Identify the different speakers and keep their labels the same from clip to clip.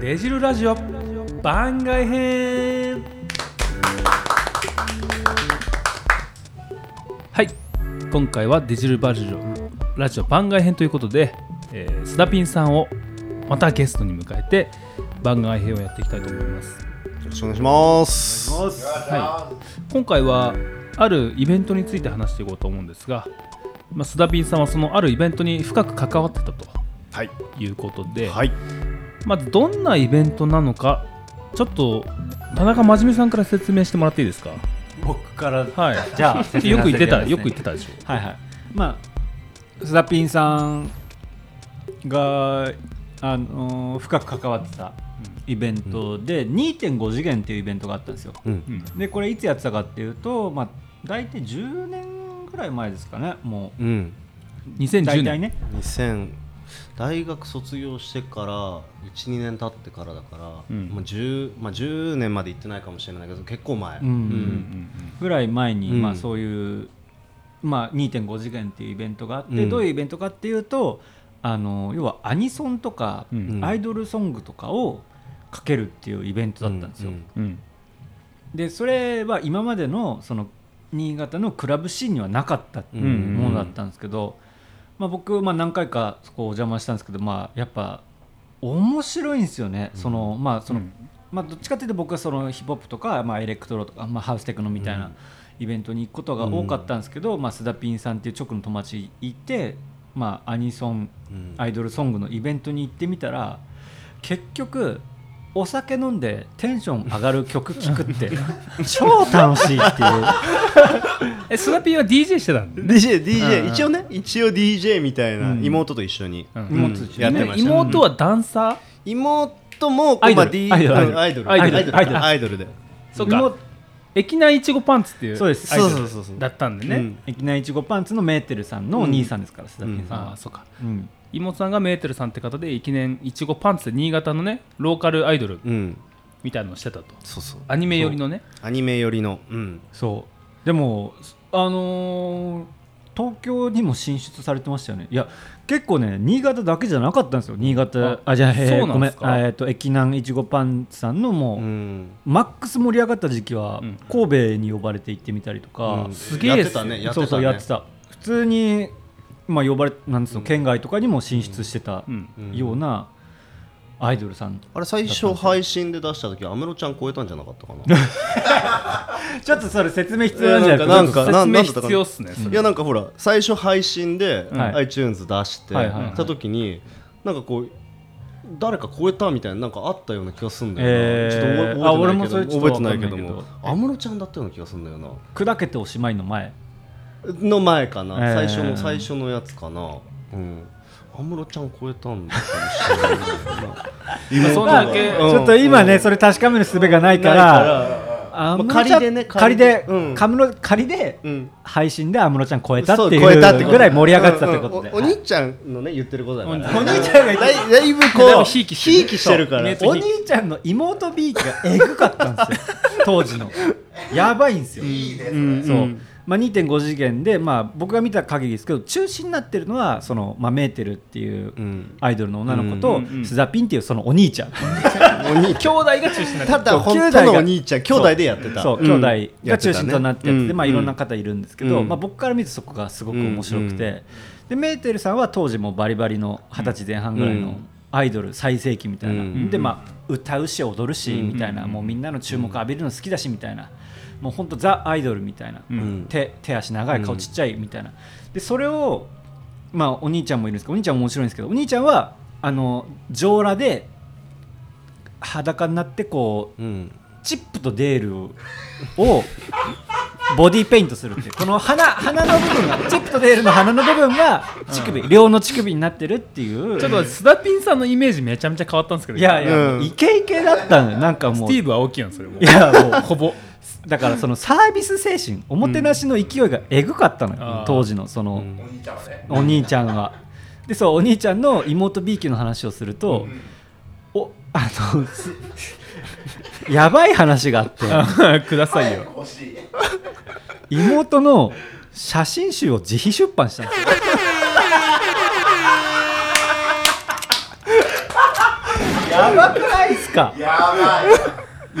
Speaker 1: ベジルラジオ番外編はい今回はデジルバジルラジオ番外編ということで、えー、スダピンさんをまたゲストに迎えて番外編をやっていきたいと思います
Speaker 2: よろしくお願いします。
Speaker 1: はい、今回はあるイベントについて話していこうと思うんですが、まあ、須田ピンさんはそのあるイベントに深く関わってたと
Speaker 2: はい。
Speaker 1: いうことで、
Speaker 2: はい。
Speaker 1: まずどんなイベントなのかちょっと田中真面目さんから説明してもらっていいですか
Speaker 3: 僕から
Speaker 1: はい
Speaker 3: じゃあ説明
Speaker 1: よく言ってた、
Speaker 3: させていただきますね
Speaker 1: よく言ってたでしょ
Speaker 3: はいはいまあ須田ピンさんがあのー深く関わってたイベントで、2.5次元っていうイベントがあったんですよ
Speaker 2: うん。
Speaker 3: でこれいつやってたかっていうとまあ大体10年ぐらい前ですかねも
Speaker 2: うん。
Speaker 3: う
Speaker 1: 2010
Speaker 3: 大体
Speaker 1: 年
Speaker 3: ね
Speaker 2: 2000大学卒業してから12年経ってからだから、
Speaker 1: うん
Speaker 2: まあ 10, まあ10年まで行ってないかもしれないけど結構前、
Speaker 3: うんぐらい前に、
Speaker 2: うん
Speaker 3: まあ、そういう、まあ、2.5次元っていうイベントがあって、
Speaker 2: うん
Speaker 3: どういうイベントかっていうとあの要はアニソンとか、
Speaker 1: うん
Speaker 3: アイドルソングとかをかけるっていうイベントだったんですよ。
Speaker 2: う
Speaker 1: うん
Speaker 3: でそれは今までのその新潟のクラブシーンにはなかった
Speaker 2: う
Speaker 3: ものだったんですけど、まあ、僕、まあ、何回かそこお邪魔したんですけど、まあ、やっぱ面白いんですよね。そのまあその
Speaker 1: うん
Speaker 3: まあ、どっちかっていうと僕はそのヒップホップとか、まあ、エレクトロとか、まあ、ハウステクノみたいなイベントに行くことが多かったんですけど、まあ、須田ピンさんっていう直の友達いて、まあ、アニソン
Speaker 2: うん
Speaker 3: アイドルソングのイベントに行ってみたら結局お酒飲んでテンション上がる曲聴くって 超楽しいっていう
Speaker 1: えスダピンは DJ してたんで
Speaker 2: DJ,
Speaker 1: うん
Speaker 2: DJ
Speaker 1: うん
Speaker 2: 一応ね一応 DJ みたいな、
Speaker 3: うん
Speaker 2: 妹と一緒に、
Speaker 1: うん
Speaker 3: 妹と一緒に
Speaker 2: やってました、
Speaker 1: 妹はダンサー
Speaker 2: 妹もこう
Speaker 3: アイ
Speaker 2: ま
Speaker 3: ドル
Speaker 2: あ D-
Speaker 3: アイドル
Speaker 2: うんアイドル
Speaker 1: ア
Speaker 2: ア
Speaker 1: イ
Speaker 2: イ
Speaker 1: ド
Speaker 2: ド
Speaker 1: ル
Speaker 2: ル
Speaker 1: アイドル
Speaker 2: アイドルで
Speaker 1: そうか駅内いちごパンツ っていう
Speaker 3: そうです
Speaker 1: アイドル
Speaker 2: そうそうそうそう
Speaker 1: だったんでね、
Speaker 2: うん
Speaker 3: 駅内いちごパンツのメーテルさんのお兄さんですから、須田ピンさん
Speaker 1: ああ
Speaker 3: は、
Speaker 1: そうか
Speaker 3: うん
Speaker 1: 妹さんがメーテルさんって方で一年いちごパンツで新潟のねローカルアイドル
Speaker 2: うん
Speaker 1: みたいなのをしてたと
Speaker 2: そうそう
Speaker 1: アニメ寄りのね
Speaker 2: アニメ寄りのうん
Speaker 3: そうでもあのー東京にも進出されてましたよねいや結構ね新潟だけじゃなかったんですよ新潟
Speaker 1: あ
Speaker 3: あじゃあへー
Speaker 1: そうなんですか
Speaker 3: ごめんあえーと駅南いちごパンツさんのもう、
Speaker 2: うん
Speaker 3: マックス盛り上がった時期は
Speaker 1: うん
Speaker 3: 神戸に呼ばれて行ってみたりとか、
Speaker 2: うん
Speaker 1: すげえっす
Speaker 2: やってたねやってた
Speaker 3: そう
Speaker 2: ね
Speaker 3: そうやってた普通に、まあ、呼ばれなんですよ、
Speaker 2: うん
Speaker 3: 県外とかにも進出してた
Speaker 1: うん
Speaker 2: うん
Speaker 3: ようなアイドルさん、
Speaker 2: あれ最初配信で出した時安室ちゃん超えたんじゃなかったかな
Speaker 3: ちょっとそれ説明必要なんじゃないです
Speaker 2: なんかな
Speaker 1: 説
Speaker 2: んな
Speaker 1: 明
Speaker 2: んだったかな
Speaker 1: 必要っすねそ
Speaker 2: い
Speaker 1: れ
Speaker 2: やなんかほら最初配信で
Speaker 3: はい
Speaker 2: iTunes 出して
Speaker 3: はいはいはい
Speaker 2: た時になんかこう誰か超えたみたいななんかあったような気がするんだよな、
Speaker 3: えー
Speaker 2: ちょっと覚え
Speaker 3: あ俺もそ
Speaker 2: 覚え
Speaker 3: れ
Speaker 2: て
Speaker 3: ち
Speaker 2: ないけど
Speaker 3: ょ
Speaker 2: 覚えてないけ
Speaker 3: っと
Speaker 2: ども
Speaker 3: わかんないけど
Speaker 2: 安室ちゃんだったような気がするんだよな
Speaker 3: 砕けておしまいの前
Speaker 2: の前かな、
Speaker 3: えー
Speaker 2: 最初の最初のやつかなうん安室ちゃん超えたんだかもしれないけどな
Speaker 1: まあそんだけ
Speaker 2: うん
Speaker 3: ちょっと今ね、それ確かめる術がないか
Speaker 2: ない
Speaker 3: ら
Speaker 2: から
Speaker 3: あ
Speaker 2: まあ
Speaker 3: 仮
Speaker 2: 仮で
Speaker 3: で
Speaker 2: ね
Speaker 3: ね
Speaker 2: 仮
Speaker 3: 仮
Speaker 2: で
Speaker 3: で
Speaker 2: うん
Speaker 3: カムロ仮で
Speaker 2: うん
Speaker 3: 配信で安室ちゃん超えたって
Speaker 2: そう
Speaker 3: いう
Speaker 2: 超えたってこと
Speaker 3: ぐらい盛り上がってたってことで、
Speaker 2: うんうんおお兄ちゃんのね言ってることだからね、
Speaker 3: お兄ちゃんが言って
Speaker 2: だいだいぶ
Speaker 1: で
Speaker 2: こ
Speaker 1: も
Speaker 2: う
Speaker 1: ひいきしてる
Speaker 2: ひいきしてるから
Speaker 1: そう
Speaker 3: お兄ちゃんの妹ビーチがえぐかったんですよ当時のやばいんですよそう、まあ、2.5次元で、まあ、僕が見た限りですけど中心になってるのはその、まあ、メーテルっていう
Speaker 2: うん
Speaker 3: アイドルの女の子
Speaker 1: う
Speaker 3: と、
Speaker 1: んうんうん
Speaker 3: スザピンっていうそのお兄ちゃん
Speaker 2: お兄
Speaker 1: 兄弟が中心になって
Speaker 2: た
Speaker 1: る
Speaker 2: だ
Speaker 3: そう
Speaker 2: 本
Speaker 3: 兄
Speaker 2: 当
Speaker 3: 弟が
Speaker 2: のお兄ちゃん兄弟でやってた
Speaker 3: そう
Speaker 2: うん
Speaker 3: 兄弟
Speaker 2: や
Speaker 3: が
Speaker 2: ってた
Speaker 3: 中
Speaker 2: ね
Speaker 3: 心となってやってて、まあ、
Speaker 2: う
Speaker 3: いろんな方いるんですけど、
Speaker 2: うん
Speaker 3: まあ、僕から見るとそこがすごく面白くて、
Speaker 2: う
Speaker 3: でメーテルさんは当時もバリバリの二十歳前半ぐらい
Speaker 2: うん
Speaker 3: のアイドル最盛期みたいな、
Speaker 2: うん
Speaker 3: で、まあ、歌うし踊るし
Speaker 2: うん
Speaker 3: みたいな、もうみんなの注目浴びるの好きだしみたいなもう本当ザ・アイドルみたいな、
Speaker 2: うん
Speaker 3: 手手足長い顔ちっちゃいみたいな、でそれを、まあ、お兄ちゃんもいるんですけどお兄ちゃんも面白いんですけどお兄ちゃんはあの上裸で裸になってこう
Speaker 2: うん
Speaker 3: チップとデールをボディペイントするっていうこの鼻鼻の部分がチップとデールの鼻の部分が乳首、両の乳首になってるっていう
Speaker 1: ちょっと須田ピンさんのイメージめちゃめちゃ変わったんですけど
Speaker 3: いやいや、
Speaker 2: うん
Speaker 3: もうイケイケだったのよなんかも
Speaker 1: ス
Speaker 3: う
Speaker 1: ティーブ青木やんそれもう
Speaker 3: いやもう
Speaker 1: ほぼ
Speaker 3: だからそのサービス精神おもてなしの勢いがえぐかったのよ、
Speaker 1: うん
Speaker 3: 当時のそ
Speaker 2: う
Speaker 3: の、
Speaker 2: ん
Speaker 3: お兄ちゃんはでそうお兄ちゃんの妹 B 級の話をすると、おあのす やばい話があって
Speaker 1: くださいよ
Speaker 3: 妹の写真集を自費出版したんですよ。 やばくないですすか
Speaker 4: やばい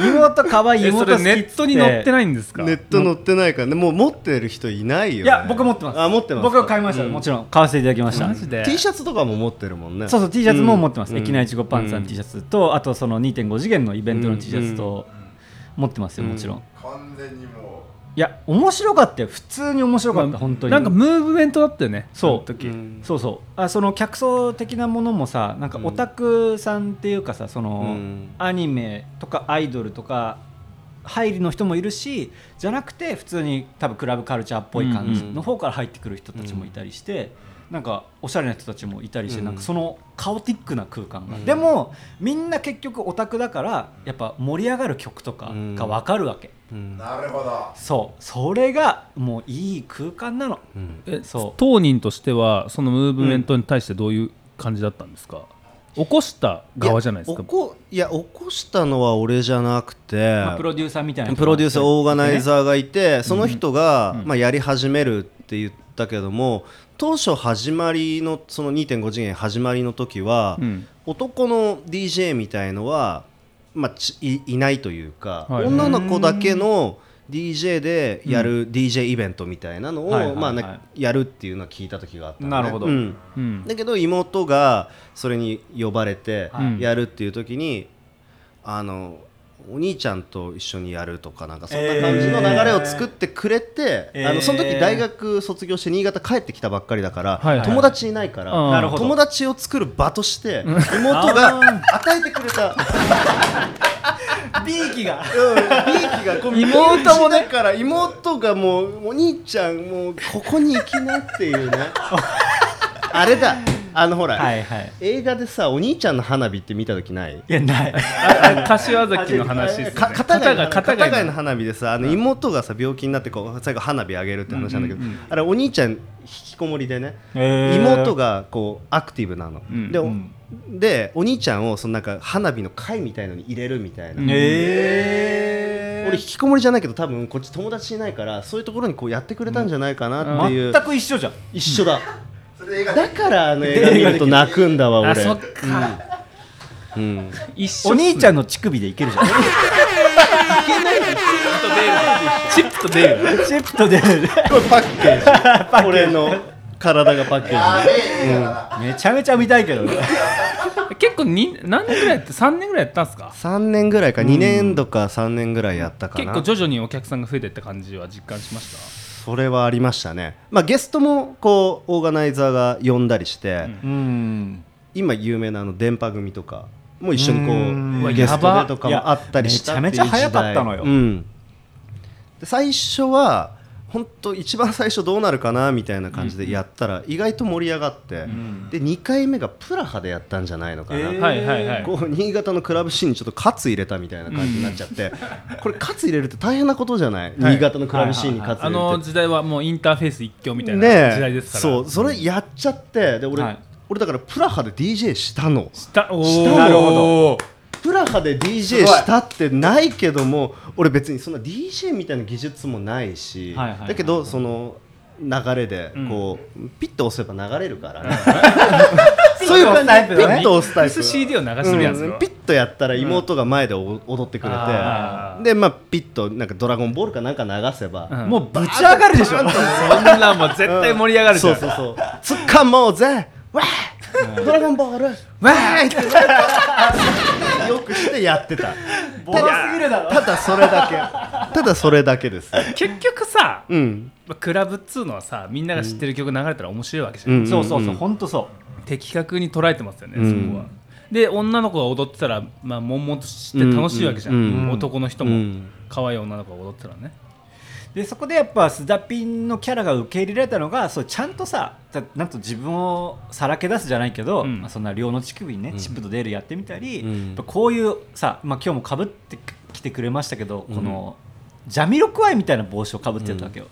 Speaker 3: 妹可愛い
Speaker 1: えそ
Speaker 3: 妹
Speaker 1: れ
Speaker 3: 好き
Speaker 1: ネットに載って
Speaker 3: い
Speaker 1: ないんですか
Speaker 2: ネット載ってないからねもう持ってる人いないよ、ね、
Speaker 3: いや僕持ってます
Speaker 2: あ持ってます
Speaker 3: 僕は買いました、
Speaker 2: うん
Speaker 3: もちろん買わせていただきました
Speaker 1: マジで
Speaker 2: T シャツとかも持ってるもんね
Speaker 3: そうそう T シャツも持ってます、
Speaker 2: うん
Speaker 3: 駅内いちごパンツさんの T シャツと、あとその2.5次元のイベントの T シャツと、持ってますよもちろん、い
Speaker 4: 完全にも
Speaker 3: や面白かったよ普通に面白かった、
Speaker 1: まあ
Speaker 3: 本当に
Speaker 1: なんかムーブメントだったよね
Speaker 3: そ
Speaker 1: あ
Speaker 3: う
Speaker 1: の時
Speaker 2: うん
Speaker 3: そうそうあその客層的なものもさなんか
Speaker 2: うん
Speaker 3: オタクさんっていうかさその、
Speaker 2: うん
Speaker 3: アニメとかアイドルとか入りの人もいるしじゃなくて普通に多分クラブカルチャーっぽい感じ
Speaker 2: うん
Speaker 3: の方から入ってくる人たちもいたりして、なんかおしゃれな人たちもいたりして、
Speaker 2: うん
Speaker 3: なんかそのカオティックな空間が、
Speaker 2: うん
Speaker 3: でもみんな結局オタクだからやっぱ盛り上がる曲とかが分かるわけ、
Speaker 2: うん
Speaker 4: うなるほど
Speaker 3: そうそれがもういい空間なの
Speaker 2: うん
Speaker 1: え
Speaker 3: そう
Speaker 1: 当人としてはそのムーブメントに対してどういう感じだったんですか、起こした側じゃないですか
Speaker 2: や起こいや起こしたのは俺じゃなくて、
Speaker 3: まあプロデューサーみたいな人が
Speaker 2: プロデューサーオーガナイザーがいて、その人が、
Speaker 1: うん
Speaker 2: まあ、やり始めるって言ったけども当初始まりのその2.5次元始まりの時は、
Speaker 1: うん
Speaker 2: 男の DJ みたいのは、まあ、ちいいないというか、
Speaker 1: はい
Speaker 2: 女の子だけの DJ でやる DJ イベントみたいなの
Speaker 3: はい
Speaker 2: を
Speaker 3: はいはい
Speaker 2: まあねやるっていうのは聞いた時があったのね
Speaker 3: なるほど
Speaker 2: うん
Speaker 1: うん
Speaker 2: だけど妹がそれに呼ばれて
Speaker 1: うん
Speaker 2: やるっていう時に、あのお兄ちゃんと一緒にやるとかなんかそんな感じの流れを作ってくれて、
Speaker 3: えー
Speaker 2: あのその時大学卒業して新潟帰ってきたばっかりだから、
Speaker 1: はいはい
Speaker 2: 友達いないから、
Speaker 1: うん
Speaker 3: なるほど
Speaker 2: 友達を作る場として妹が与えてくれた
Speaker 3: ビーキが
Speaker 2: うん利益がこう
Speaker 3: 妹もね
Speaker 2: だから妹がもうお兄ちゃんもうここに行きなっていうねあれだあのほら、
Speaker 3: はいはい
Speaker 2: 映画でさお兄ちゃんの花火って見た時ない
Speaker 3: いやない
Speaker 1: ああ柏崎の話です、ね、
Speaker 2: か片貝の
Speaker 1: 片
Speaker 2: 片
Speaker 1: 貝
Speaker 2: 貝の
Speaker 1: の
Speaker 2: 花火でさあの妹がさ病気になってこう最後花火あげるって話なんだけど、あれお兄ちゃん引きこもりでね、
Speaker 3: へー
Speaker 2: 妹がこうアクティブなの、
Speaker 1: うん
Speaker 2: でお
Speaker 3: うん
Speaker 2: でお兄ちゃんをそのなんか花火の会みたいのに入れるみたいな、
Speaker 1: うん
Speaker 3: え
Speaker 2: 俺引きこもりじゃないけど多分こっち友達いないからそういうところにこうやってくれたんじゃないかなっていう、
Speaker 3: 全く一緒じゃん
Speaker 2: 一緒だ
Speaker 4: それ映画
Speaker 2: だからあの映画見ると泣くんだわ
Speaker 1: あ
Speaker 2: 俺
Speaker 1: そっか、
Speaker 2: うん
Speaker 1: 一緒
Speaker 3: お兄ち
Speaker 1: ゃん
Speaker 3: ゃんの乳首でいけるじゃん
Speaker 1: チップと出る
Speaker 3: チップと出る
Speaker 2: これパッケージ俺の体がパッケー
Speaker 4: や
Speaker 2: ジ
Speaker 4: べえ映画だな
Speaker 3: めちゃめちゃ見たいけどね
Speaker 1: 結構に何年ぐらいやって3年ぐらいやったんですか
Speaker 2: 3年ぐらいか2年度か3年ぐらいやったか
Speaker 1: 結
Speaker 2: な、
Speaker 1: 構徐々にお客さんが増えていった感じは実感しました
Speaker 2: それはありましたね、まあ、ゲストもこうオーガナイザーが呼んだりして、
Speaker 1: ん
Speaker 3: うん
Speaker 2: 今有名なあの電波組とかも一緒にこう
Speaker 3: うん
Speaker 1: うわ
Speaker 2: ゲス
Speaker 1: や
Speaker 2: ト
Speaker 1: ば
Speaker 2: でとかもあったりしたっていう
Speaker 3: いやめちゃめちゃ
Speaker 2: 時代
Speaker 3: 早かったのよ
Speaker 2: うんで最初は本当一番最初どうなるかなみたいな感じでやったら意外と盛り上がって、で2回目がプラハでやったんじゃないのかな、
Speaker 3: えー
Speaker 1: はいはいはい
Speaker 2: こう新潟のクラブシーンにちょっとカツ入れたみたいな感じになっちゃって、 これカツ入れるって大変なことじゃない、新潟のクラブシーンにカツ
Speaker 1: あ
Speaker 2: 入れるって、
Speaker 1: の時代はもうインターフェース一強みたいな
Speaker 2: ねえ
Speaker 1: 時代ですから
Speaker 2: そうそれやっちゃってで俺、
Speaker 3: はい
Speaker 2: 俺だからプラハで DJ したの
Speaker 1: したお
Speaker 2: し
Speaker 1: ー
Speaker 2: たの
Speaker 3: なるほ
Speaker 2: プラハで DJ したってないけども俺別にそんな DJ みたいな技術もないし、
Speaker 3: はいはいはい
Speaker 2: だけどその流れでこう、ピッと押せば流れるからね、そういう感じでピッと押すタイプ
Speaker 1: ミックス CD を流してるやつよ
Speaker 2: うんピッとやったら妹が前でお踊ってくれて、
Speaker 1: あー
Speaker 2: でまあピッとなんかドラゴンボールかなんか流せば、
Speaker 1: うん
Speaker 3: もうぶち上がるでしょ
Speaker 1: そんなんもう絶対盛り上がるじゃん、
Speaker 2: そうそうそうつかもうぜわードラゴンボールわーってよくしてやってた
Speaker 3: ボロすぎるだろ
Speaker 2: ただそれだけただそれだけです
Speaker 1: 結局さ、
Speaker 2: うん
Speaker 1: まあクラブっつうのはさみんなが知ってる曲流れたら面白いわけじゃん、
Speaker 2: うん
Speaker 3: そうそうそう本当そ
Speaker 1: 的確に捉えてますよね、
Speaker 2: うん
Speaker 1: そこはで女の子が踊ってたら、まあ、悶々として楽しいわけじゃん、
Speaker 2: うん
Speaker 3: うん
Speaker 1: 男の人
Speaker 2: う
Speaker 1: も
Speaker 2: ん
Speaker 1: 可愛い女の子が踊ってたらね、
Speaker 3: うでそこでやっぱスダピンのキャラが受け入れられたのがそうちゃんとさたなんと自分をさらけ出すじゃないけど、
Speaker 1: うん
Speaker 3: まあそんな両の乳首にね、チップとデールやってみたり、
Speaker 2: うん
Speaker 3: やっぱこういうさ、まあ、今日もかぶってきてくれましたけど、このジャミロクワイみたいな帽子をかぶってたわけよ、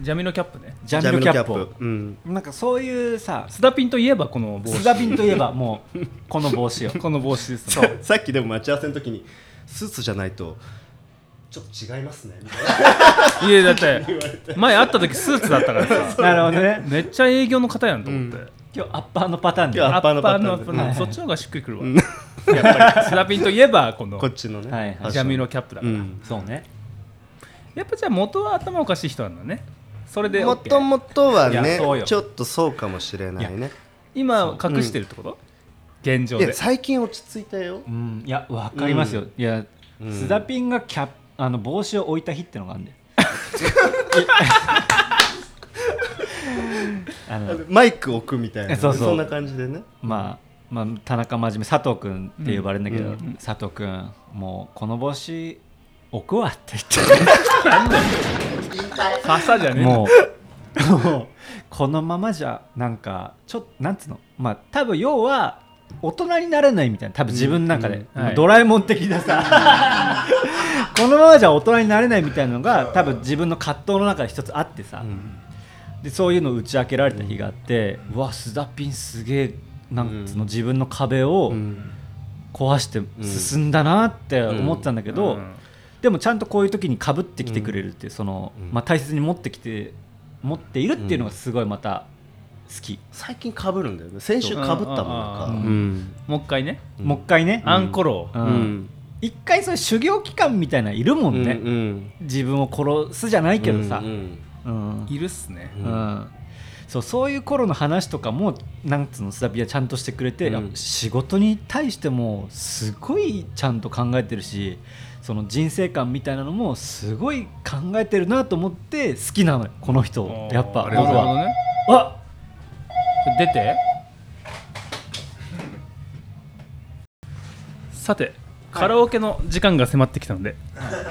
Speaker 1: ジャミのキャップね
Speaker 3: ジャミロキャッ
Speaker 2: ジ
Speaker 3: プ
Speaker 2: ャミ
Speaker 3: を
Speaker 2: ロキャップうん
Speaker 3: なんかそういうさ
Speaker 1: スダピンといえばこの帽
Speaker 3: ス
Speaker 1: 子
Speaker 3: ダピンといえばもうこの帽 子よ
Speaker 1: この帽子ですね
Speaker 2: さっきでも待ち合わせの時にスーツじゃないとちょっと違いますねみたい
Speaker 1: いやだって前会った時スーツだったから さ
Speaker 3: なるほどね
Speaker 1: めっちゃ営業の方やんと思って、
Speaker 3: 今日アッパーのパターンで
Speaker 2: 今日アッパーの
Speaker 1: アッパーのア
Speaker 2: パターン
Speaker 1: ッパーの
Speaker 3: はい
Speaker 1: そっちの方がしっくりくるわ、やっぱりスラピンといえばこの
Speaker 2: こっちのね、
Speaker 3: はいはい
Speaker 2: ファッシ
Speaker 1: ジ
Speaker 2: ョ
Speaker 1: ャ
Speaker 2: ン
Speaker 1: ミロキャップだ
Speaker 2: う
Speaker 1: から、
Speaker 2: ん
Speaker 3: そうね
Speaker 1: やっぱじゃあ元は頭おかしい人なんだねそれで
Speaker 2: も
Speaker 1: OK
Speaker 2: ともとはい
Speaker 1: や
Speaker 2: ね
Speaker 1: そうよ
Speaker 2: ちょっとそうかもしれないね
Speaker 1: 今隠してるってこと、現状
Speaker 2: いや
Speaker 1: で
Speaker 2: 最近落ち着いたよ
Speaker 3: うんいやわかりますよ、
Speaker 2: うん
Speaker 3: いや、
Speaker 2: うん
Speaker 3: スダピンがキャップあの帽子を置いた日ってのがあるんだよあの
Speaker 2: マイク置くみたいな
Speaker 3: そうそう
Speaker 2: そんな感じでね
Speaker 3: まあ、まあ、田中真面目佐藤君って呼ばれるんだけど、
Speaker 2: うん
Speaker 1: うん
Speaker 3: 佐藤君もうこの帽子置くわって言
Speaker 1: 朝じゃ
Speaker 3: って
Speaker 1: ねえ
Speaker 3: もうもう このままじゃなんかちょっとなんつうのまあ多分要は大人になれないみたいな多分自分の中で、
Speaker 1: うんはい
Speaker 3: ドラえもん的な さこのままじゃ大人になれないみたいなのが多分自分の葛藤の中で一つあってさ、でそういうのを打ち明けられた日があって、うわスダピンすげえなんつうの、
Speaker 2: うん
Speaker 3: 自分の壁を、
Speaker 2: うん
Speaker 3: 壊して進んだなって思ってたんだけど、
Speaker 1: うん
Speaker 3: でもちゃんとこういう時にかぶってきてくれるっていうその、
Speaker 2: うん
Speaker 3: まあ、大切に持ってきて持っているっていうのがすごいまた好き、
Speaker 2: 最近かぶるんだよね先週かぶっ
Speaker 1: うん
Speaker 2: たもなんん
Speaker 3: うん
Speaker 2: かうん
Speaker 1: もう一回ね、
Speaker 2: うん
Speaker 3: もう一回ね、
Speaker 1: アンコロ
Speaker 3: う
Speaker 1: を
Speaker 3: ん
Speaker 2: うん
Speaker 3: 一回そういう修行期間みたいなのいるもんね、
Speaker 2: うん
Speaker 3: 自分を殺すじゃないけどさ、
Speaker 2: う
Speaker 3: うん
Speaker 2: ん
Speaker 3: うん
Speaker 1: いるっすね
Speaker 2: うん
Speaker 3: そうそういう頃の話とかもなんつうのスタビアちゃんとしてくれて、
Speaker 2: うん
Speaker 3: いや仕事に対してもすごいちゃんと考えてるしその人生観みたいなのもすごい考えてるなと思って好きなのよこの人やっぱ
Speaker 1: あ
Speaker 3: 僕
Speaker 1: なるほど
Speaker 3: は
Speaker 1: ね
Speaker 3: あ
Speaker 1: 出てさてカラオケの時間が迫ってきたので、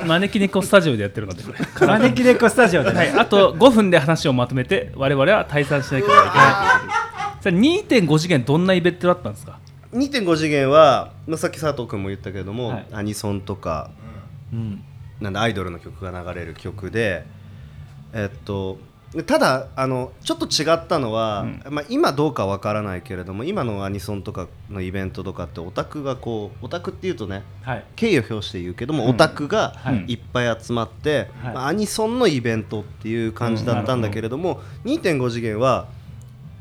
Speaker 1: 招き猫スタジオでやってるので、
Speaker 3: 招き猫スタジオで、
Speaker 1: はい、あと5分で話をまとめて我々は退散しなければいけないということでさあ2.5次元どんなイベントだったんですか
Speaker 2: 2.5次元は、まあ、さっき佐藤君も言ったけれども、
Speaker 3: はい
Speaker 2: アニソンとか
Speaker 3: うん
Speaker 2: なんだアイドルの曲が流れる曲で、えっと、ただあのちょっと違ったのは、まあ、今どうかわからないけれども今のアニソンとかのイベントとかってオタクがこうオタクっていうとね
Speaker 3: はい
Speaker 2: 敬意を表して言うけども、オタクが
Speaker 1: はい
Speaker 2: いっぱい集まって、
Speaker 3: はい
Speaker 2: まあアニソンのイベントっていう感じだったんだけれども、2.5次元は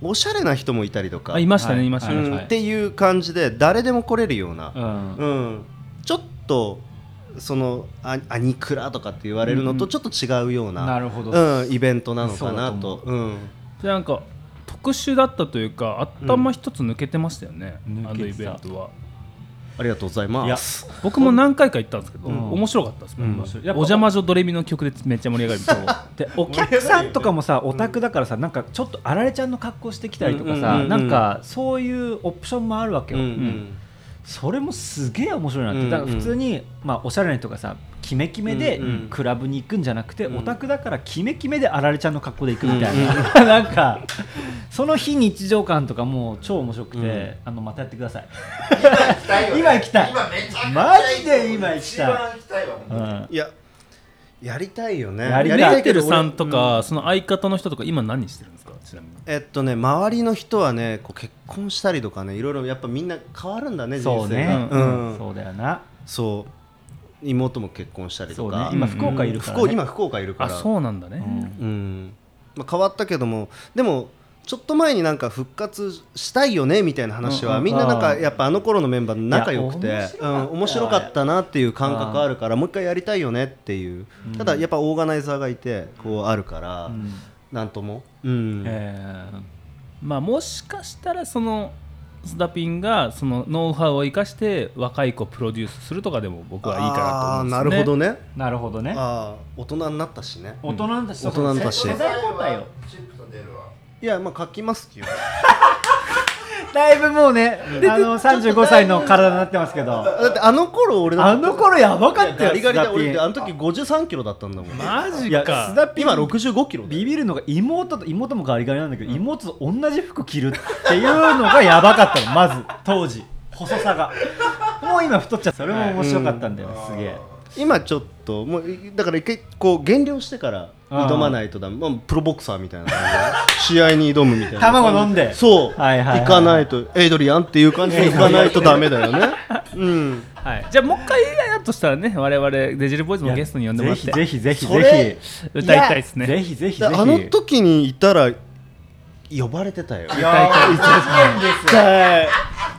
Speaker 2: おしゃれな人もいたりとか、
Speaker 1: あいましたね、
Speaker 3: はい
Speaker 1: い、ました
Speaker 3: は
Speaker 1: ね、
Speaker 2: うんっていう感じで誰でも来れるような
Speaker 3: う、ん
Speaker 2: うん、ちょっとそのアアニクラとかって言われるのと
Speaker 1: うん
Speaker 2: ちょっと違うよう
Speaker 3: な
Speaker 2: な,、
Speaker 3: るほど、
Speaker 2: うんイベントなのかな
Speaker 3: そう
Speaker 2: と。うん
Speaker 1: でなんか特殊だったというか頭一つ抜けてましたよね、
Speaker 3: うん
Speaker 1: あのイベントは
Speaker 2: ありがとうございます。
Speaker 1: 僕も何回か行ったんですけど、
Speaker 3: うん
Speaker 1: 面白かったです、
Speaker 2: うん
Speaker 1: 僕は
Speaker 2: 面白
Speaker 1: お邪魔女ドレミの曲でめっちゃ盛り上がるみたい な
Speaker 3: でお客さんとかもさオタクだからさなんかちょっとあられちゃんの格好してきたりとか
Speaker 2: うんうん
Speaker 3: さ
Speaker 2: うん
Speaker 3: なんかそういうオプションもあるわけ
Speaker 2: うん
Speaker 3: よ、
Speaker 2: うん
Speaker 3: それもすげえ面白いなって、
Speaker 2: うんうん
Speaker 3: だから普通に、まあ、おしゃれな人がさキメキメで
Speaker 2: うんうん
Speaker 3: クラブに行くんじゃなくて、
Speaker 2: うん
Speaker 3: オタクだからキメキメであられちゃんの格好で行くみたい な、なんかその非日常感とかもう超面白くて、
Speaker 2: うん
Speaker 3: あのまたやってください、今
Speaker 4: 今
Speaker 3: 行
Speaker 4: 行
Speaker 3: きた
Speaker 4: きた
Speaker 3: い
Speaker 4: いよね今めちゃくちゃ
Speaker 3: マジで今行きたい
Speaker 4: 一番行きたいわもう
Speaker 3: うん
Speaker 2: いややりたいよね。
Speaker 3: やりたい
Speaker 1: やりて
Speaker 2: けど
Speaker 1: る
Speaker 2: 俺
Speaker 1: さんとか、その相方の人とか今何してるんですかちなみに
Speaker 2: えっとね周りの人はねこう結婚したりとかねいろいろやっぱみんな変わるんだね人
Speaker 3: そう
Speaker 2: 生
Speaker 3: ね
Speaker 2: が、うん
Speaker 3: そうだよな
Speaker 2: そう妹も結婚したり
Speaker 3: そ
Speaker 2: と
Speaker 3: うね
Speaker 2: か、
Speaker 3: 今
Speaker 1: うん
Speaker 3: 福岡いるか
Speaker 2: 福
Speaker 3: ら、ね
Speaker 2: 岡今福岡いるか
Speaker 1: あ
Speaker 2: ら
Speaker 1: そうなんだね、
Speaker 3: うん
Speaker 2: うんまあ、変わったけどもでもちょっと前になんか復活したいよねみたいな話
Speaker 1: うん
Speaker 2: は
Speaker 1: うん
Speaker 2: みんななん
Speaker 3: あ
Speaker 2: か
Speaker 3: ー
Speaker 2: やっぱあの頃のメンバー仲良く
Speaker 3: いや
Speaker 2: てう
Speaker 3: 面白かったよ
Speaker 2: ん面白かったなっていう感覚あるからもう一回やりたいよねっていう
Speaker 3: うん
Speaker 2: ただやっぱオーガナイザーがいてこうあるから
Speaker 3: うん
Speaker 2: なんともうん
Speaker 3: えー
Speaker 1: まあもしかしたらそのスダピンがそのノウハウを生かして若い子をプロデュースするとかでも僕はいいかなと思うんですよ
Speaker 2: あーな
Speaker 1: ね
Speaker 2: るほどね
Speaker 3: なるほどね
Speaker 2: あー大人になったしね
Speaker 3: 大人だし、
Speaker 2: 大人だし
Speaker 3: 世代交代よ
Speaker 4: チップと出るわ
Speaker 2: いやまあ書きますよ
Speaker 3: だいぶもうね、あの35歳の体になってますけど、
Speaker 2: だってあの頃俺だ
Speaker 3: あの頃やばかったよ、
Speaker 2: ガリガリで俺
Speaker 3: ス
Speaker 2: あ
Speaker 3: ダ
Speaker 2: の時53キロだったんだもん
Speaker 1: マ
Speaker 3: ピン
Speaker 1: ジ
Speaker 3: いや、
Speaker 1: か
Speaker 3: スダピン
Speaker 2: 今65キロだよ
Speaker 3: ビビるのが妹と、妹もガリガリなんだけど、妹と同じ服着るっていうのがやばかったの、まず、当時、細さが。もう今太っちゃった、それも面白かったんだよ、すげえ。
Speaker 2: 今ちょっともういだから一回こう減量してから
Speaker 3: あー
Speaker 2: 挑まないとだめ、まあ、プロボクサーみたいな感じで試合に挑むみたいな
Speaker 3: 卵飲んで
Speaker 2: そう、
Speaker 3: はいはいはい
Speaker 2: 行かないとエイドリアンっていう感じで行かないとダメだよね うん
Speaker 1: はい、じゃあもう一回やるとしたらね我々デジルボーイズもゲストに呼んでもらって
Speaker 3: ぜひぜひぜひ
Speaker 2: それ
Speaker 3: ぜ
Speaker 1: 歌いたいです
Speaker 3: ひ、
Speaker 1: ね
Speaker 3: ぜひぜひ
Speaker 2: で
Speaker 3: ぜひ。
Speaker 2: あの時にいたら呼ばれてたよ
Speaker 3: いやー、一番ですよ
Speaker 2: 絶対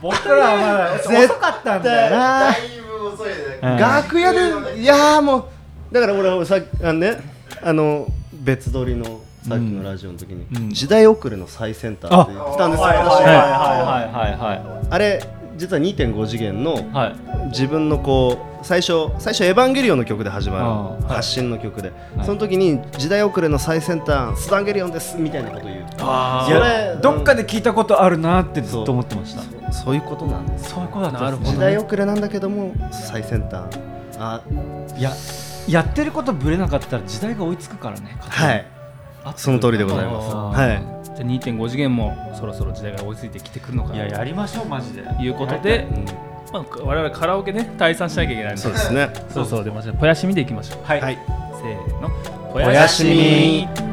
Speaker 3: 僕らはまだ
Speaker 2: 絶対
Speaker 3: 遅かったんだよな
Speaker 4: だいぶ遅いね
Speaker 3: うん
Speaker 2: 楽屋でいやーもうだから俺はさあのねあの別撮りのさっきのラジオの時に、
Speaker 3: うん
Speaker 2: 時代遅れの最先端って言ってたんですよ
Speaker 4: あ
Speaker 2: 私
Speaker 4: はいはい
Speaker 2: は
Speaker 3: はいはいはい
Speaker 2: あれ実は2.5次元の
Speaker 3: はい
Speaker 2: 自分のこう最初最初「エヴァンゲリオン」の曲で始まる
Speaker 3: あーはい
Speaker 2: 発信の曲で、
Speaker 3: はい
Speaker 2: その時に「時代遅れの最先端スタンゲリオンです」みたいなこと言う
Speaker 1: あ
Speaker 3: い
Speaker 2: そ
Speaker 1: ー
Speaker 2: れ
Speaker 3: やどっかで聞いたことあるなってずっと思ってました
Speaker 2: そういうことなんです
Speaker 3: そういうことだったんです
Speaker 2: 時
Speaker 3: ね
Speaker 2: 代遅れなんだけども最先端あ
Speaker 3: いややってることぶれなかったら時代が追いつくからね
Speaker 2: はい
Speaker 3: 合ってる
Speaker 2: その通りでございます
Speaker 3: あ
Speaker 2: は
Speaker 3: ー
Speaker 2: い
Speaker 1: じゃあ2.5次元もそろそろ時代が追いついてきてくるのか
Speaker 3: い
Speaker 1: な
Speaker 3: ややりましょうマジで
Speaker 1: ということで、まあ、我々カラオケね退散しなきゃいけないので
Speaker 2: そうですね
Speaker 1: そろそろ出ましたぽやしみでいきましょう
Speaker 3: はい
Speaker 2: はい
Speaker 1: せーのぽ
Speaker 2: やしみ
Speaker 1: やしみ